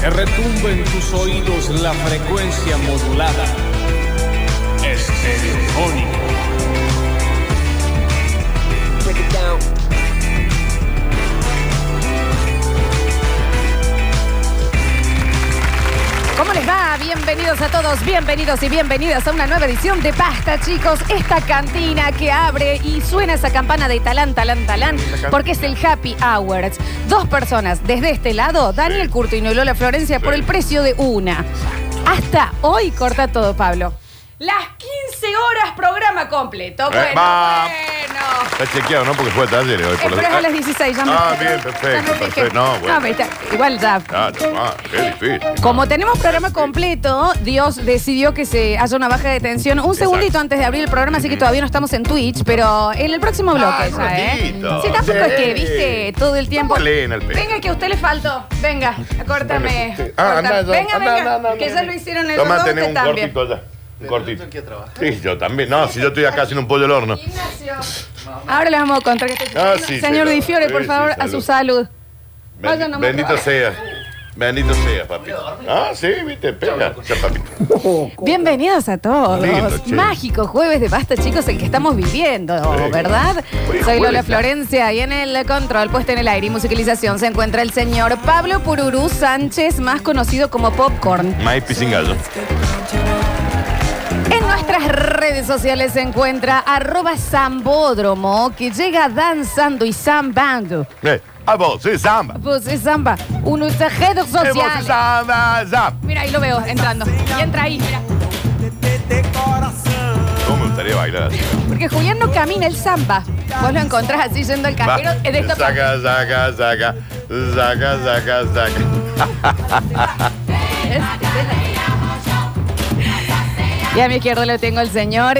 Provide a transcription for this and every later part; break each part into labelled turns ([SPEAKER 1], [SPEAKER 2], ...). [SPEAKER 1] Que retumbe en tus oídos la frecuencia modulada. Estereofónica.
[SPEAKER 2] Break it down.
[SPEAKER 3] ¿Cómo les va? Bienvenidos a todos, bienvenidos y bienvenidas a una nueva edición de Pasta, chicos. Esta cantina que abre y suena esa campana de talán, talán, talán, porque es el Happy Hours. Dos personas desde este lado, Daniel Curtino y Lola Florencia, por el precio de una. Hasta hoy corta todo, Pablo. Las 15 horas, programa completo. Bueno,
[SPEAKER 4] va.
[SPEAKER 3] bueno.
[SPEAKER 4] Está chequeado, ¿no? Porque fue a talleres hoy
[SPEAKER 3] Eh,
[SPEAKER 4] por
[SPEAKER 3] pero es a las 16, ya me
[SPEAKER 4] Ah,
[SPEAKER 3] ya me
[SPEAKER 4] bien, perfecto,
[SPEAKER 3] fijé.
[SPEAKER 4] perfecto. No, bueno.
[SPEAKER 3] me está- igual ya.
[SPEAKER 4] Ah, chaval, qué difícil.
[SPEAKER 3] Como tenemos programa completo, Dios decidió que se haya una baja de tensión un segundito antes de abrir el programa, así que todavía no estamos en Twitch, pero en el próximo bloque,
[SPEAKER 4] Ah, en un
[SPEAKER 3] ya, ¿eh?
[SPEAKER 4] ratito.
[SPEAKER 3] Sí, tampoco es que,
[SPEAKER 4] Sí.
[SPEAKER 3] viste, todo el tiempo.
[SPEAKER 4] Póngale en el pecho.
[SPEAKER 3] Venga, que a usted le faltó. Venga, acórtame.
[SPEAKER 4] Venga, sí. Ah,
[SPEAKER 3] Corta-
[SPEAKER 4] anda, anda,
[SPEAKER 3] venga,
[SPEAKER 4] anda,
[SPEAKER 3] venga,
[SPEAKER 4] anda, anda,
[SPEAKER 3] que ya
[SPEAKER 4] anda.
[SPEAKER 3] lo hicieron el
[SPEAKER 4] Tomá,
[SPEAKER 3] otro
[SPEAKER 4] tenés
[SPEAKER 3] usted
[SPEAKER 4] un
[SPEAKER 3] también.
[SPEAKER 4] cortito allá. Un cortito. Sí, yo también. No, si yo estoy acá haciendo un pollo al horno.
[SPEAKER 3] Ignacio. Ahora les vamos a contar que estoy
[SPEAKER 4] Ah,
[SPEAKER 3] sufriendo.
[SPEAKER 4] sí,
[SPEAKER 3] Señor
[SPEAKER 4] sí,
[SPEAKER 3] Di Fiore,
[SPEAKER 4] sí,
[SPEAKER 3] por
[SPEAKER 4] sí,
[SPEAKER 3] favor, a
[SPEAKER 4] salud.
[SPEAKER 3] su salud. Vaya
[SPEAKER 4] Bendi-
[SPEAKER 3] nomás,
[SPEAKER 4] Bendito
[SPEAKER 3] trabaja.
[SPEAKER 4] sea. Bendito sea, papi. Ah, sí, viste, pega. Ya, papi.
[SPEAKER 3] Bienvenidos a todos.
[SPEAKER 4] Lindo, che.
[SPEAKER 3] Mágico jueves de basta, chicos, el que estamos viviendo, ¿verdad?
[SPEAKER 4] Jueves,
[SPEAKER 3] Soy Lola
[SPEAKER 4] jueves,
[SPEAKER 3] Florencia y en el control, puesto en el aire y musicalización, se encuentra el señor Pablo Pururú Sánchez, más conocido como Popcorn.
[SPEAKER 4] Maíz pisingallo.
[SPEAKER 3] En nuestras redes sociales se encuentra arroba zambódromo, que llega danzando y zambando.
[SPEAKER 4] Eh, a vos, sí, samba.
[SPEAKER 3] Pues es zamba, un utajero
[SPEAKER 4] Eh, vos, sí,
[SPEAKER 3] social.
[SPEAKER 4] samba, zap.
[SPEAKER 3] Mira, ahí lo veo entrando. Y entra ahí, mira.
[SPEAKER 4] ¿Cómo me gustaría bailar así?
[SPEAKER 3] Porque Julián no camina, el zamba. Vos lo encontrás así yendo al cajero.
[SPEAKER 4] Va.
[SPEAKER 3] Es de esta
[SPEAKER 4] Saca, saca, saca. Saca, saca, saca.
[SPEAKER 3] Y a mi izquierda lo tengo el señor.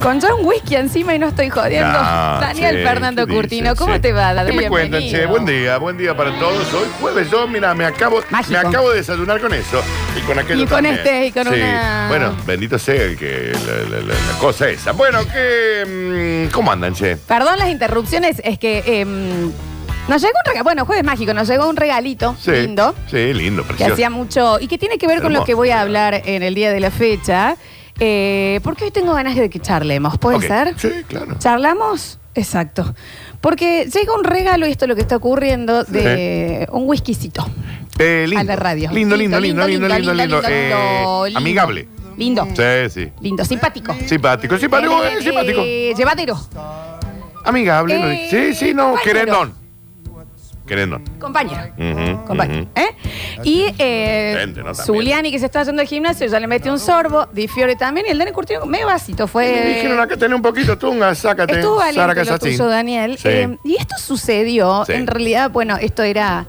[SPEAKER 3] Con John Whisky encima y no estoy jodiendo.
[SPEAKER 4] Ah,
[SPEAKER 3] Daniel
[SPEAKER 4] che,
[SPEAKER 3] Fernando
[SPEAKER 4] ¿qué dicen,
[SPEAKER 3] Curtino, ¿cómo
[SPEAKER 4] che?
[SPEAKER 3] te va, Daniel?
[SPEAKER 4] ¿Qué me cuentan,
[SPEAKER 3] Bienvenido.
[SPEAKER 4] che? Buen día, buen día para todos. Hoy jueves, yo, mira, me acabo,
[SPEAKER 3] Mágico.
[SPEAKER 4] me acabo de desayunar con eso. Y con aquello
[SPEAKER 3] Y con
[SPEAKER 4] también.
[SPEAKER 3] este, y con
[SPEAKER 4] Sí.
[SPEAKER 3] una-
[SPEAKER 4] Bueno, bendito sea el que la, la- la- la cosa esa. Bueno, que... mm, ¿Cómo andan, che?
[SPEAKER 3] Perdón las interrupciones, es que em, nos llegó un regalo. Bueno, jueves mágico, nos llegó un regalito
[SPEAKER 4] Sí.
[SPEAKER 3] lindo.
[SPEAKER 4] Sí, lindo,
[SPEAKER 3] que
[SPEAKER 4] precioso.
[SPEAKER 3] hacía mucho y que tiene que ver con lo
[SPEAKER 4] Hermoso,
[SPEAKER 3] que voy a
[SPEAKER 4] claro.
[SPEAKER 3] hablar en el día de la fecha. Eh, porque hoy tengo ganas de que charlemos, ¿puede
[SPEAKER 4] Ok.
[SPEAKER 3] ser?
[SPEAKER 4] Sí, claro.
[SPEAKER 3] ¿Charlamos? Exacto. Porque llega un regalo, y esto es lo que está ocurriendo, de un whiskycito
[SPEAKER 4] Eh, lindo.
[SPEAKER 3] a la radio.
[SPEAKER 4] Lindo, lindo, lindo, lindo, lindo, lindo.
[SPEAKER 3] lindo,
[SPEAKER 4] Eh,
[SPEAKER 3] lindo.
[SPEAKER 4] Amigable.
[SPEAKER 3] Lindo,
[SPEAKER 4] Sí, sí.
[SPEAKER 3] lindo, simpático.
[SPEAKER 4] Simpático, simpático,
[SPEAKER 3] Eh,
[SPEAKER 4] eh, simpático.
[SPEAKER 3] eh, llevadero,
[SPEAKER 4] Amigable. no
[SPEAKER 3] eh,
[SPEAKER 4] di- sí, sí, no,
[SPEAKER 3] compañero.
[SPEAKER 4] querendón. Querendón.
[SPEAKER 3] compañero.
[SPEAKER 4] Ujú,
[SPEAKER 3] compañero,
[SPEAKER 4] ujú.
[SPEAKER 3] ¿eh? Y eh,
[SPEAKER 4] Gente, ¿no? También.
[SPEAKER 3] Zuliani, que se está yendo al gimnasio, ya le metió un sorbo, Di Fiore también, y el Dani Curtino, medio vasito, fue...
[SPEAKER 4] Me dijeron acá tenés un poquito, tunga, sácate.
[SPEAKER 3] Eh, Estuvo
[SPEAKER 4] Sara
[SPEAKER 3] valiente lo
[SPEAKER 4] Casachín.
[SPEAKER 3] tuyo, Daniel.
[SPEAKER 4] Sí.
[SPEAKER 3] Eh, y esto sucedió,
[SPEAKER 4] Sí.
[SPEAKER 3] en realidad, bueno, esto era...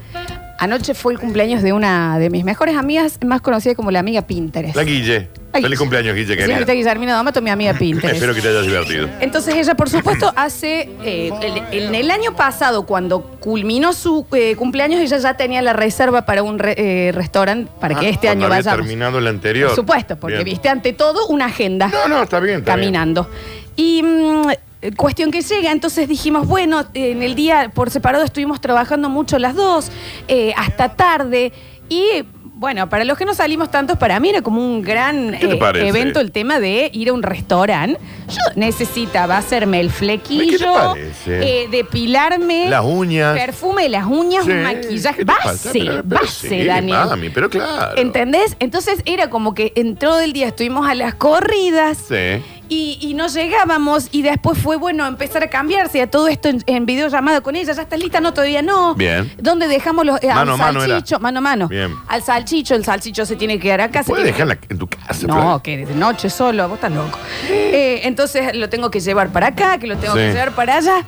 [SPEAKER 3] Anoche fue el cumpleaños de una de mis mejores amigas, más conocida como la amiga Pinterest.
[SPEAKER 4] La Guille.
[SPEAKER 3] Ay,
[SPEAKER 4] Feliz cumpleaños, Guille, querida.
[SPEAKER 3] Señorita Guillermina D'Amato, mi amiga Pinterest.
[SPEAKER 4] Espero que te hayas divertido.
[SPEAKER 3] Entonces ella, por supuesto, hace... eh, el- en el año pasado, cuando culminó su eh, cumpleaños, ella ya tenía la reserva para un re- eh, restaurante para que
[SPEAKER 4] Ah,
[SPEAKER 3] este
[SPEAKER 4] cuando
[SPEAKER 3] año
[SPEAKER 4] había
[SPEAKER 3] vayamos.
[SPEAKER 4] terminado el anterior.
[SPEAKER 3] Por supuesto, porque
[SPEAKER 4] Bien.
[SPEAKER 3] viste ante todo una agenda
[SPEAKER 4] No, no, está bien. está bien.
[SPEAKER 3] caminando. Y mm, eh, cuestión que llega, entonces dijimos, bueno, eh, en el día por separado estuvimos trabajando mucho las dos, eh, hasta tarde. Y bueno, para los que no salimos tantos, para mí era como un gran
[SPEAKER 4] ¿Qué te
[SPEAKER 3] eh,
[SPEAKER 4] parece?
[SPEAKER 3] evento el tema de ir a un restaurante. Yo necesitaba hacerme el
[SPEAKER 4] ¿Qué te
[SPEAKER 3] flequillo,
[SPEAKER 4] parece?
[SPEAKER 3] eh, depilarme.
[SPEAKER 4] Las uñas.
[SPEAKER 3] Perfume, las uñas,
[SPEAKER 4] Sí,
[SPEAKER 3] un maquillaje.
[SPEAKER 4] ¿qué te pasa?
[SPEAKER 3] Base,
[SPEAKER 4] Pero- pero
[SPEAKER 3] base,
[SPEAKER 4] sí,
[SPEAKER 3] Daniel.
[SPEAKER 4] Mami, pero claro.
[SPEAKER 3] ¿Entendés? Entonces era como que entró del día, estuvimos a las corridas.
[SPEAKER 4] Sí.
[SPEAKER 3] Y, y no llegábamos y después fue bueno empezar a cambiarse a todo esto en, en videollamada con ella. ¿Ya estás lista? No, todavía no.
[SPEAKER 4] Bien.
[SPEAKER 3] ¿Dónde dejamos los, eh,
[SPEAKER 4] Mano a
[SPEAKER 3] al
[SPEAKER 4] mano era.
[SPEAKER 3] salchicho? Mano a mano.
[SPEAKER 4] Bien.
[SPEAKER 3] Al salchicho, el salchicho se tiene que quedar acá. se
[SPEAKER 4] Puedes
[SPEAKER 3] tiene que-
[SPEAKER 4] dejarla en tu casa.
[SPEAKER 3] No,
[SPEAKER 4] Flor.
[SPEAKER 3] que de noche solo, vos estás loco. Eh, entonces lo tengo que llevar para acá, que lo tengo
[SPEAKER 4] Sí.
[SPEAKER 3] que llevar para allá.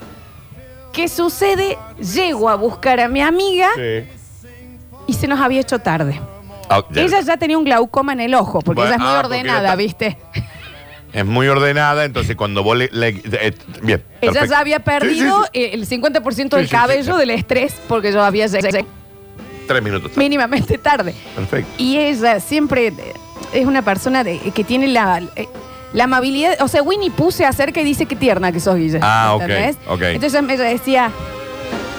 [SPEAKER 3] ¿Qué sucede? Llego a buscar a mi amiga
[SPEAKER 4] Sí.
[SPEAKER 3] y se nos había hecho tarde.
[SPEAKER 4] Ah, ya.
[SPEAKER 3] Ella ya tenía un glaucoma en el ojo, porque
[SPEAKER 4] Bueno,
[SPEAKER 3] ella es muy
[SPEAKER 4] ah, porque ella
[SPEAKER 3] ordenada,
[SPEAKER 4] está-
[SPEAKER 3] ¿viste?
[SPEAKER 4] Es muy ordenada, entonces cuando vos le. le- eh, bien.
[SPEAKER 3] Ella
[SPEAKER 4] perfecto.
[SPEAKER 3] ya había
[SPEAKER 4] Sí, sí,
[SPEAKER 3] perdido
[SPEAKER 4] sí.
[SPEAKER 3] eh, el 50%
[SPEAKER 4] Sí,
[SPEAKER 3] del
[SPEAKER 4] sí,
[SPEAKER 3] cabello
[SPEAKER 4] sí, sí.
[SPEAKER 3] del estrés porque yo había llegado
[SPEAKER 4] Tres minutos.
[SPEAKER 3] mínimamente tarde.
[SPEAKER 4] Perfecto.
[SPEAKER 3] Y ella siempre eh, es una persona de- que tiene la, eh, la amabilidad. O sea, Winnie Pooh se acerca y dice que tierna que sos, Guille.
[SPEAKER 4] Ah, ok,
[SPEAKER 3] ¿entendés?
[SPEAKER 4] ok.
[SPEAKER 3] Entonces ella me decía,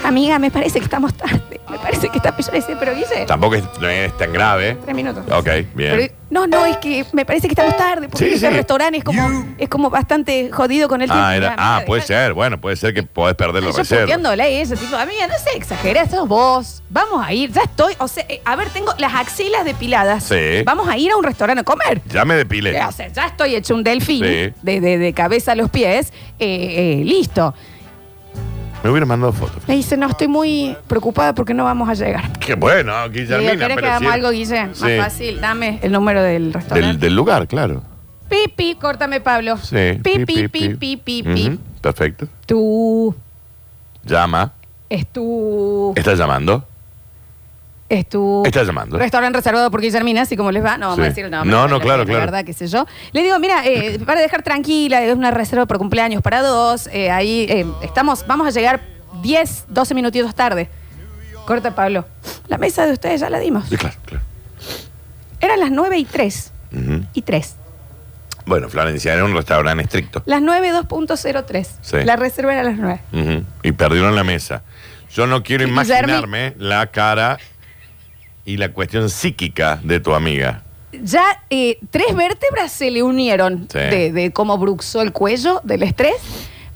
[SPEAKER 3] amiga, me parece que estamos tarde. Me parece que está pillado ese, pero Guille.
[SPEAKER 4] Tampoco es, no es tan grave.
[SPEAKER 3] Tres minutos.
[SPEAKER 4] Ok, bien.
[SPEAKER 3] Pero- no, no, es que me parece que estamos tarde, porque
[SPEAKER 4] Sí,
[SPEAKER 3] este
[SPEAKER 4] sí.
[SPEAKER 3] restaurante es como,
[SPEAKER 4] You-
[SPEAKER 3] es como bastante jodido con el tiempo.
[SPEAKER 4] Ah, era-
[SPEAKER 3] Mira,
[SPEAKER 4] ah,
[SPEAKER 3] mira,
[SPEAKER 4] puede
[SPEAKER 3] deja-
[SPEAKER 4] ser. Bueno, puede ser que podés perder los
[SPEAKER 3] Yo
[SPEAKER 4] reservas.
[SPEAKER 3] puteándola y ella, tipo, amiga, no sé, exagerás, sos vos. Vamos a ir, ya estoy. O sea, eh, a ver, tengo las axilas depiladas.
[SPEAKER 4] Sí.
[SPEAKER 3] Vamos a ir a un restaurante a comer.
[SPEAKER 4] Ya me depilé.
[SPEAKER 3] O sea, ya estoy hecho un delfín,
[SPEAKER 4] Sí.
[SPEAKER 3] de, de- de cabeza a los pies, eh, eh, listo.
[SPEAKER 4] Me hubieran mandado fotos.
[SPEAKER 3] Le dice, no, estoy muy preocupada porque no vamos a llegar.
[SPEAKER 4] Qué bueno,
[SPEAKER 3] Le digo,
[SPEAKER 4] Guillermina.
[SPEAKER 3] ¿querés que
[SPEAKER 4] pero
[SPEAKER 3] hagamos
[SPEAKER 4] sí.
[SPEAKER 3] algo, Guille? Más
[SPEAKER 4] Sí.
[SPEAKER 3] fácil, dame el número del
[SPEAKER 4] Del,
[SPEAKER 3] restaurante.
[SPEAKER 4] del lugar, claro.
[SPEAKER 3] Pipi, córtame, Pablo.
[SPEAKER 4] Sí. pi,
[SPEAKER 3] Pipi,
[SPEAKER 4] pi,
[SPEAKER 3] pipi, pipi,
[SPEAKER 4] pi.
[SPEAKER 3] pipi.
[SPEAKER 4] Ujú, Perfecto.
[SPEAKER 3] Tú,
[SPEAKER 4] Llama.
[SPEAKER 3] es tu,
[SPEAKER 4] ¿Está llamando?
[SPEAKER 3] es tu...
[SPEAKER 4] Está llamando.
[SPEAKER 3] Restaurante reservado por Guillermina, así como les va, no vamos
[SPEAKER 4] Sí.
[SPEAKER 3] a decir el nombre.
[SPEAKER 4] No, no,
[SPEAKER 3] la-
[SPEAKER 4] claro,
[SPEAKER 3] la
[SPEAKER 4] claro.
[SPEAKER 3] verdad, qué sé yo. Le digo, mira, eh, para dejar tranquila, es una reserva por cumpleaños para dos, eh, ahí eh, estamos, vamos a llegar 10, 12 minutitos tarde. Corta, Pablo. La mesa de ustedes ya la dimos.
[SPEAKER 4] Sí, claro, claro.
[SPEAKER 3] Eran las 9 y 3.
[SPEAKER 4] Ujú.
[SPEAKER 3] Y 3.
[SPEAKER 4] Bueno, Florencia era un restaurante estricto.
[SPEAKER 3] Las 9, 2.03.
[SPEAKER 4] Sí.
[SPEAKER 3] La reserva era a las 9.
[SPEAKER 4] Ujú. Y perdieron la mesa. Yo no quiero
[SPEAKER 3] Y Guillermi-
[SPEAKER 4] imaginarme la cara y la cuestión psíquica de tu amiga.
[SPEAKER 3] Ya eh, tres vértebras se le unieron
[SPEAKER 4] Sí.
[SPEAKER 3] de, de cómo bruxó el cuello del estrés.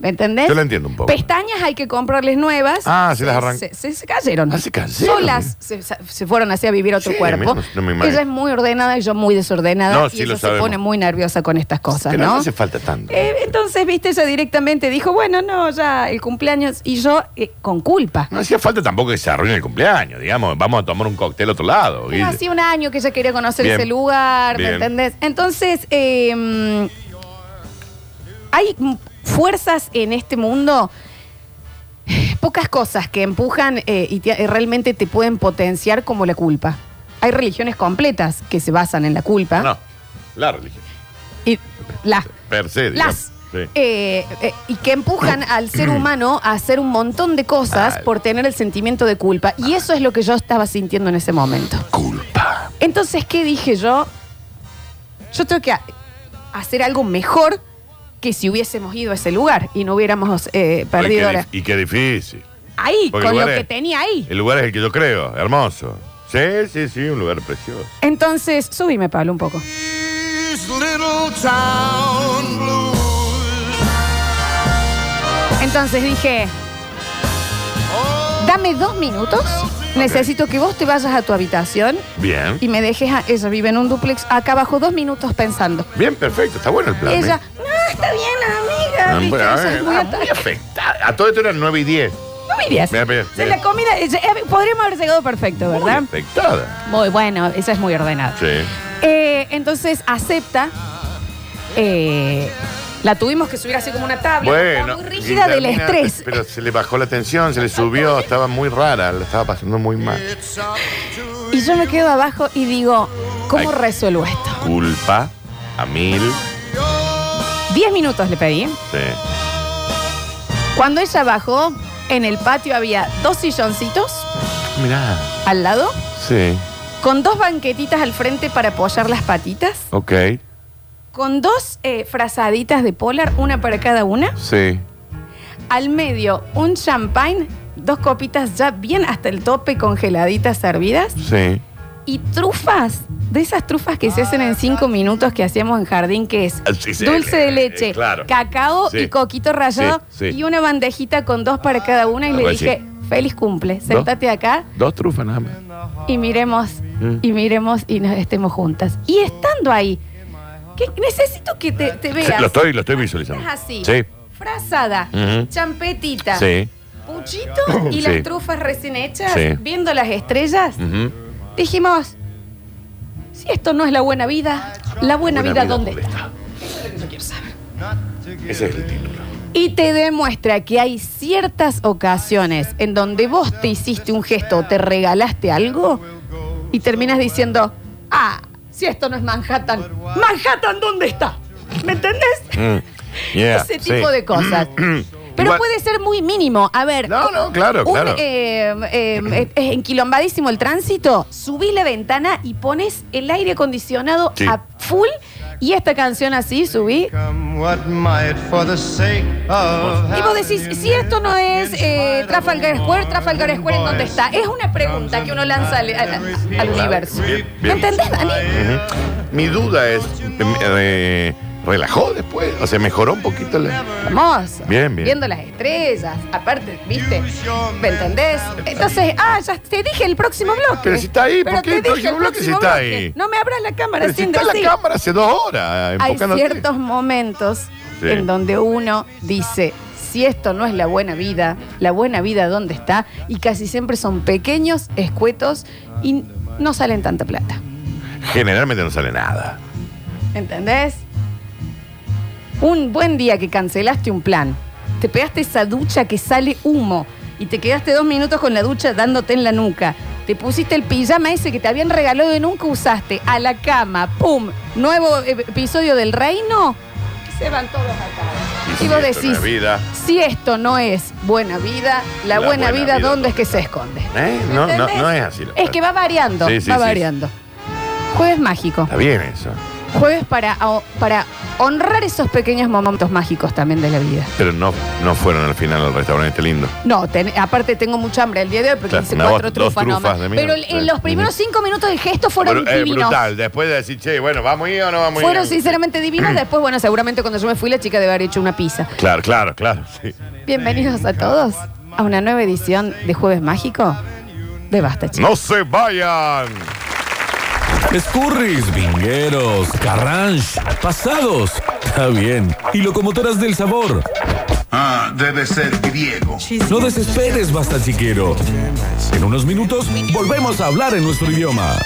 [SPEAKER 3] ¿Me entendés?
[SPEAKER 4] Yo la entiendo un poco.
[SPEAKER 3] Pestañas hay que comprarles nuevas.
[SPEAKER 4] Ah, se las arranca-
[SPEAKER 3] Se, se- se cayeron.
[SPEAKER 4] Ah, se cayeron.
[SPEAKER 3] Solas se, se fueron así a vivir a otro
[SPEAKER 4] Sí, a
[SPEAKER 3] cuerpo.
[SPEAKER 4] mí no- no me imagino.
[SPEAKER 3] Ella es muy ordenada y yo muy desordenada.
[SPEAKER 4] No,
[SPEAKER 3] y
[SPEAKER 4] sí,
[SPEAKER 3] ella
[SPEAKER 4] lo
[SPEAKER 3] se
[SPEAKER 4] sabemos.
[SPEAKER 3] pone muy nerviosa con estas cosas,
[SPEAKER 4] Que
[SPEAKER 3] ¿no?
[SPEAKER 4] no, hace falta tanto.
[SPEAKER 3] Eh, entonces, viste, ella directamente dijo, bueno, no, ya el cumpleaños. Y yo, eh, con culpa.
[SPEAKER 4] No hacía falta tampoco que se arruine el cumpleaños, digamos. Vamos a tomar un cóctel a otro lado.
[SPEAKER 3] Pero
[SPEAKER 4] Guille.
[SPEAKER 3] hacía un año que ella quería conocer
[SPEAKER 4] Bien.
[SPEAKER 3] ese lugar,
[SPEAKER 4] Bien.
[SPEAKER 3] ¿me entendés? Entonces, eh, hay mm, fuerzas en este mundo, pocas cosas que empujan eh, y te- eh, realmente te pueden potenciar como la culpa. Hay religiones completas que se basan en la culpa.
[SPEAKER 4] No, la religión.
[SPEAKER 3] Y la-
[SPEAKER 4] Per se, digamos.
[SPEAKER 3] las.
[SPEAKER 4] Sí.
[SPEAKER 3] eh, eh, y que empujan al ser humano a hacer un montón de cosas
[SPEAKER 4] Ay.
[SPEAKER 3] por tener el sentimiento de culpa. Y eso es lo que yo estaba sintiendo en ese momento.
[SPEAKER 4] Culpa.
[SPEAKER 3] Entonces, ¿qué dije yo? Yo tengo que ha- hacer algo mejor que si hubiésemos ido a ese lugar y no hubiéramos
[SPEAKER 4] Ay,
[SPEAKER 3] eh,
[SPEAKER 4] qué
[SPEAKER 3] perdido
[SPEAKER 4] dif-
[SPEAKER 3] la-
[SPEAKER 4] Y qué difícil.
[SPEAKER 3] Ahí,
[SPEAKER 4] Porque
[SPEAKER 3] con
[SPEAKER 4] el
[SPEAKER 3] lo
[SPEAKER 4] lugar
[SPEAKER 3] que
[SPEAKER 4] es-
[SPEAKER 3] tenía ahí.
[SPEAKER 4] El lugar es el que yo creo, hermoso. Sí, sí, sí, un lugar precioso.
[SPEAKER 3] Entonces, subime, Pablo, un poco. Entonces dije, dame dos minutos. Necesito que vos te vayas a tu habitación
[SPEAKER 4] Bien.
[SPEAKER 3] y me dejes a ella. Vive en un duplex acá abajo dos minutos pensando.
[SPEAKER 4] Bien, perfecto. Está bueno el plan.
[SPEAKER 3] Ella,
[SPEAKER 4] ¿eh?
[SPEAKER 3] no, está bien, amiga.
[SPEAKER 4] Ah,
[SPEAKER 3] viste,
[SPEAKER 4] bueno, a
[SPEAKER 3] ella
[SPEAKER 4] ver,
[SPEAKER 3] es muy
[SPEAKER 4] ah,
[SPEAKER 3] atractiva.
[SPEAKER 4] muy afectada. A todo esto eran 9 y 10.
[SPEAKER 3] No me irías.
[SPEAKER 4] Mira, mira,
[SPEAKER 3] O sea,
[SPEAKER 4] mira.
[SPEAKER 3] La comida, eh, eh, podríamos haber llegado perfecto,
[SPEAKER 4] Muy
[SPEAKER 3] ¿verdad?
[SPEAKER 4] afectada.
[SPEAKER 3] Muy bueno, esa es muy ordenada.
[SPEAKER 4] Sí.
[SPEAKER 3] Eh, entonces acepta. eh, la tuvimos que subir así como una tabla. estaba
[SPEAKER 4] Bueno.
[SPEAKER 3] Muy rígida del
[SPEAKER 4] Guillermina,
[SPEAKER 3] estrés.
[SPEAKER 4] Pero se le bajó la tensión, se le subió, estaba muy rara, la estaba pasando muy mal.
[SPEAKER 3] Y yo me quedo abajo y digo, ¿cómo
[SPEAKER 4] Ay.
[SPEAKER 3] resuelvo esto?
[SPEAKER 4] Culpa a mil.
[SPEAKER 3] Diez minutos le pedí.
[SPEAKER 4] Sí.
[SPEAKER 3] Cuando ella bajó, en el patio había dos silloncitos
[SPEAKER 4] Mirá.
[SPEAKER 3] al lado,
[SPEAKER 4] Sí.
[SPEAKER 3] con dos banquetitas al frente para apoyar las patitas,
[SPEAKER 4] Ok.
[SPEAKER 3] con dos eh, frazaditas de polar, una para cada una.
[SPEAKER 4] Sí.
[SPEAKER 3] Al medio, un champagne, dos copitas ya bien hasta el tope congeladitas servidas
[SPEAKER 4] Sí.
[SPEAKER 3] y trufas, de esas trufas que se hacen en cinco minutos que hacíamos en jardín, que es
[SPEAKER 4] Ah, sí, sí,
[SPEAKER 3] dulce de
[SPEAKER 4] eh,
[SPEAKER 3] leche,
[SPEAKER 4] eh, claro.
[SPEAKER 3] cacao
[SPEAKER 4] Sí.
[SPEAKER 3] y coquito rallado
[SPEAKER 4] Sí, sí.
[SPEAKER 3] y una bandejita con dos para cada una y
[SPEAKER 4] Ah,
[SPEAKER 3] le
[SPEAKER 4] pues sí.
[SPEAKER 3] dije, feliz cumple, sentate acá
[SPEAKER 4] Dos trufas nada más.
[SPEAKER 3] y miremos,
[SPEAKER 4] Mm.
[SPEAKER 3] y miremos y nos estemos juntas. Y estando ahí, que necesito que te, te
[SPEAKER 4] Sí,
[SPEAKER 3] veas.
[SPEAKER 4] lo estoy, lo estoy visualizando.
[SPEAKER 3] Es así.
[SPEAKER 4] Sí.
[SPEAKER 3] Frazada,
[SPEAKER 4] Ujú.
[SPEAKER 3] champetita,
[SPEAKER 4] Sí.
[SPEAKER 3] Puchito
[SPEAKER 4] Sí.
[SPEAKER 3] y las trufas recién hechas,
[SPEAKER 4] Sí. Mm.
[SPEAKER 3] viendo las estrellas,
[SPEAKER 4] Ujú.
[SPEAKER 3] dijimos, si esto no es la buena vida, la buena, vida, ¿dónde está?
[SPEAKER 4] Ese es el título.
[SPEAKER 3] Y te demuestra que hay ciertas ocasiones en donde vos te hiciste un gesto o te regalaste algo y terminas diciendo, ah, si esto no es Manhattan, Manhattan, ¿dónde está? ¿Me entendés?
[SPEAKER 4] Mm. Yeah,
[SPEAKER 3] Ese
[SPEAKER 4] sí. Mm,
[SPEAKER 3] tipo de cosas. Pero
[SPEAKER 4] Igual-
[SPEAKER 3] puede ser muy mínimo. A ver.
[SPEAKER 4] No, no, claro,
[SPEAKER 3] un,
[SPEAKER 4] claro.
[SPEAKER 3] eh, eh, eh, enquilombadísimo el tránsito. Subí la ventana y pones el aire acondicionado
[SPEAKER 4] Sí.
[SPEAKER 3] a full Y esta canción así subí.
[SPEAKER 2] Come what might for the sake of
[SPEAKER 3] Y vos decís, si esto no es eh, Trafalgar Square, Trafalgar Square, ¿en dónde está? Es una pregunta que uno lanza al, al- al universo.
[SPEAKER 4] Bien,
[SPEAKER 3] ¿Me
[SPEAKER 4] bien.
[SPEAKER 3] entendés, Dani?
[SPEAKER 4] Mi duda es, em, eh, ¿relajó después? O sea, mejoró un poquito la...
[SPEAKER 3] Hermoso.
[SPEAKER 4] Bien, bien.
[SPEAKER 3] Viendo las estrellas. Aparte, ¿viste? ¿Me entendés? Entonces, ah, ya te dije el próximo bloque.
[SPEAKER 4] Pero si está ahí, ¿por
[SPEAKER 3] Pero
[SPEAKER 4] qué
[SPEAKER 3] te
[SPEAKER 4] el
[SPEAKER 3] dije
[SPEAKER 4] próximo bloque si
[SPEAKER 3] próximo
[SPEAKER 4] está
[SPEAKER 3] bloque?
[SPEAKER 4] ahí?
[SPEAKER 3] No me abras la cámara
[SPEAKER 4] Pero si
[SPEAKER 3] sin
[SPEAKER 4] está
[SPEAKER 3] decir.
[SPEAKER 4] la cámara hace dos horas
[SPEAKER 3] Hay
[SPEAKER 4] enfocándote.
[SPEAKER 3] ciertos momentos
[SPEAKER 4] Sí.
[SPEAKER 3] en donde uno dice, si esto no es la buena vida, la buena vida dónde está, y casi siempre son pequeños, escuetos y no salen tanta plata.
[SPEAKER 4] Generalmente no sale nada.
[SPEAKER 3] ¿Entendés? Un buen día que cancelaste un plan, te pegaste esa ducha que sale humo y te quedaste dos minutos con la ducha dándote en la nuca. Te pusiste el pijama ese que te habían regalado y nunca usaste. A la cama, ¡pum! Nuevo eh, episodio del reino. Se van todos acá. Y,
[SPEAKER 4] si
[SPEAKER 3] vos
[SPEAKER 4] esto no
[SPEAKER 3] decís,
[SPEAKER 4] es vida,
[SPEAKER 3] si esto no es buena vida, la, buena, vida, ¿dónde es que se esconde?
[SPEAKER 4] ¿eh? no, no,
[SPEAKER 3] ¿Entendés?
[SPEAKER 4] no es así. la
[SPEAKER 3] Es que va variando,
[SPEAKER 4] Sí, sí,
[SPEAKER 3] va
[SPEAKER 4] sí.
[SPEAKER 3] variando. Jueves mágico.
[SPEAKER 4] Está bien eso.
[SPEAKER 3] Jueves para, para honrar esos pequeños momentos mágicos también de la vida.
[SPEAKER 4] Pero no, no fueron al final al restaurante lindo.
[SPEAKER 3] No, ten- aparte tengo mucha hambre el día de hoy porque
[SPEAKER 4] Claro,
[SPEAKER 3] hice
[SPEAKER 4] una
[SPEAKER 3] cuatro
[SPEAKER 4] bosta, dos
[SPEAKER 3] trufas, nomás.
[SPEAKER 4] trufas de mierda.
[SPEAKER 3] Pero el- en
[SPEAKER 4] Sí.
[SPEAKER 3] los primeros cinco minutos el gesto fueron
[SPEAKER 4] Bru- eh,
[SPEAKER 3] divinos.
[SPEAKER 4] brutal. Después de decir, che, bueno, ¿vamos a ir o no vamos a ir?
[SPEAKER 3] Fueron sinceramente divinos. Después, bueno, seguramente cuando yo me fui la chica debe haber hecho una pizza.
[SPEAKER 4] Claro, claro, claro. sí.
[SPEAKER 3] Bienvenidos a todos a una nueva edición de Jueves Mágico de Basta, chicos.
[SPEAKER 4] ¡No se vayan!
[SPEAKER 5] Escurris, vingueros, carranche, pasados. Está bien. Y locomotoras del sabor.
[SPEAKER 6] Ah, debe ser griego.
[SPEAKER 5] No desesperes, basta chiquero. En unos minutos volvemos a hablar en nuestro idioma.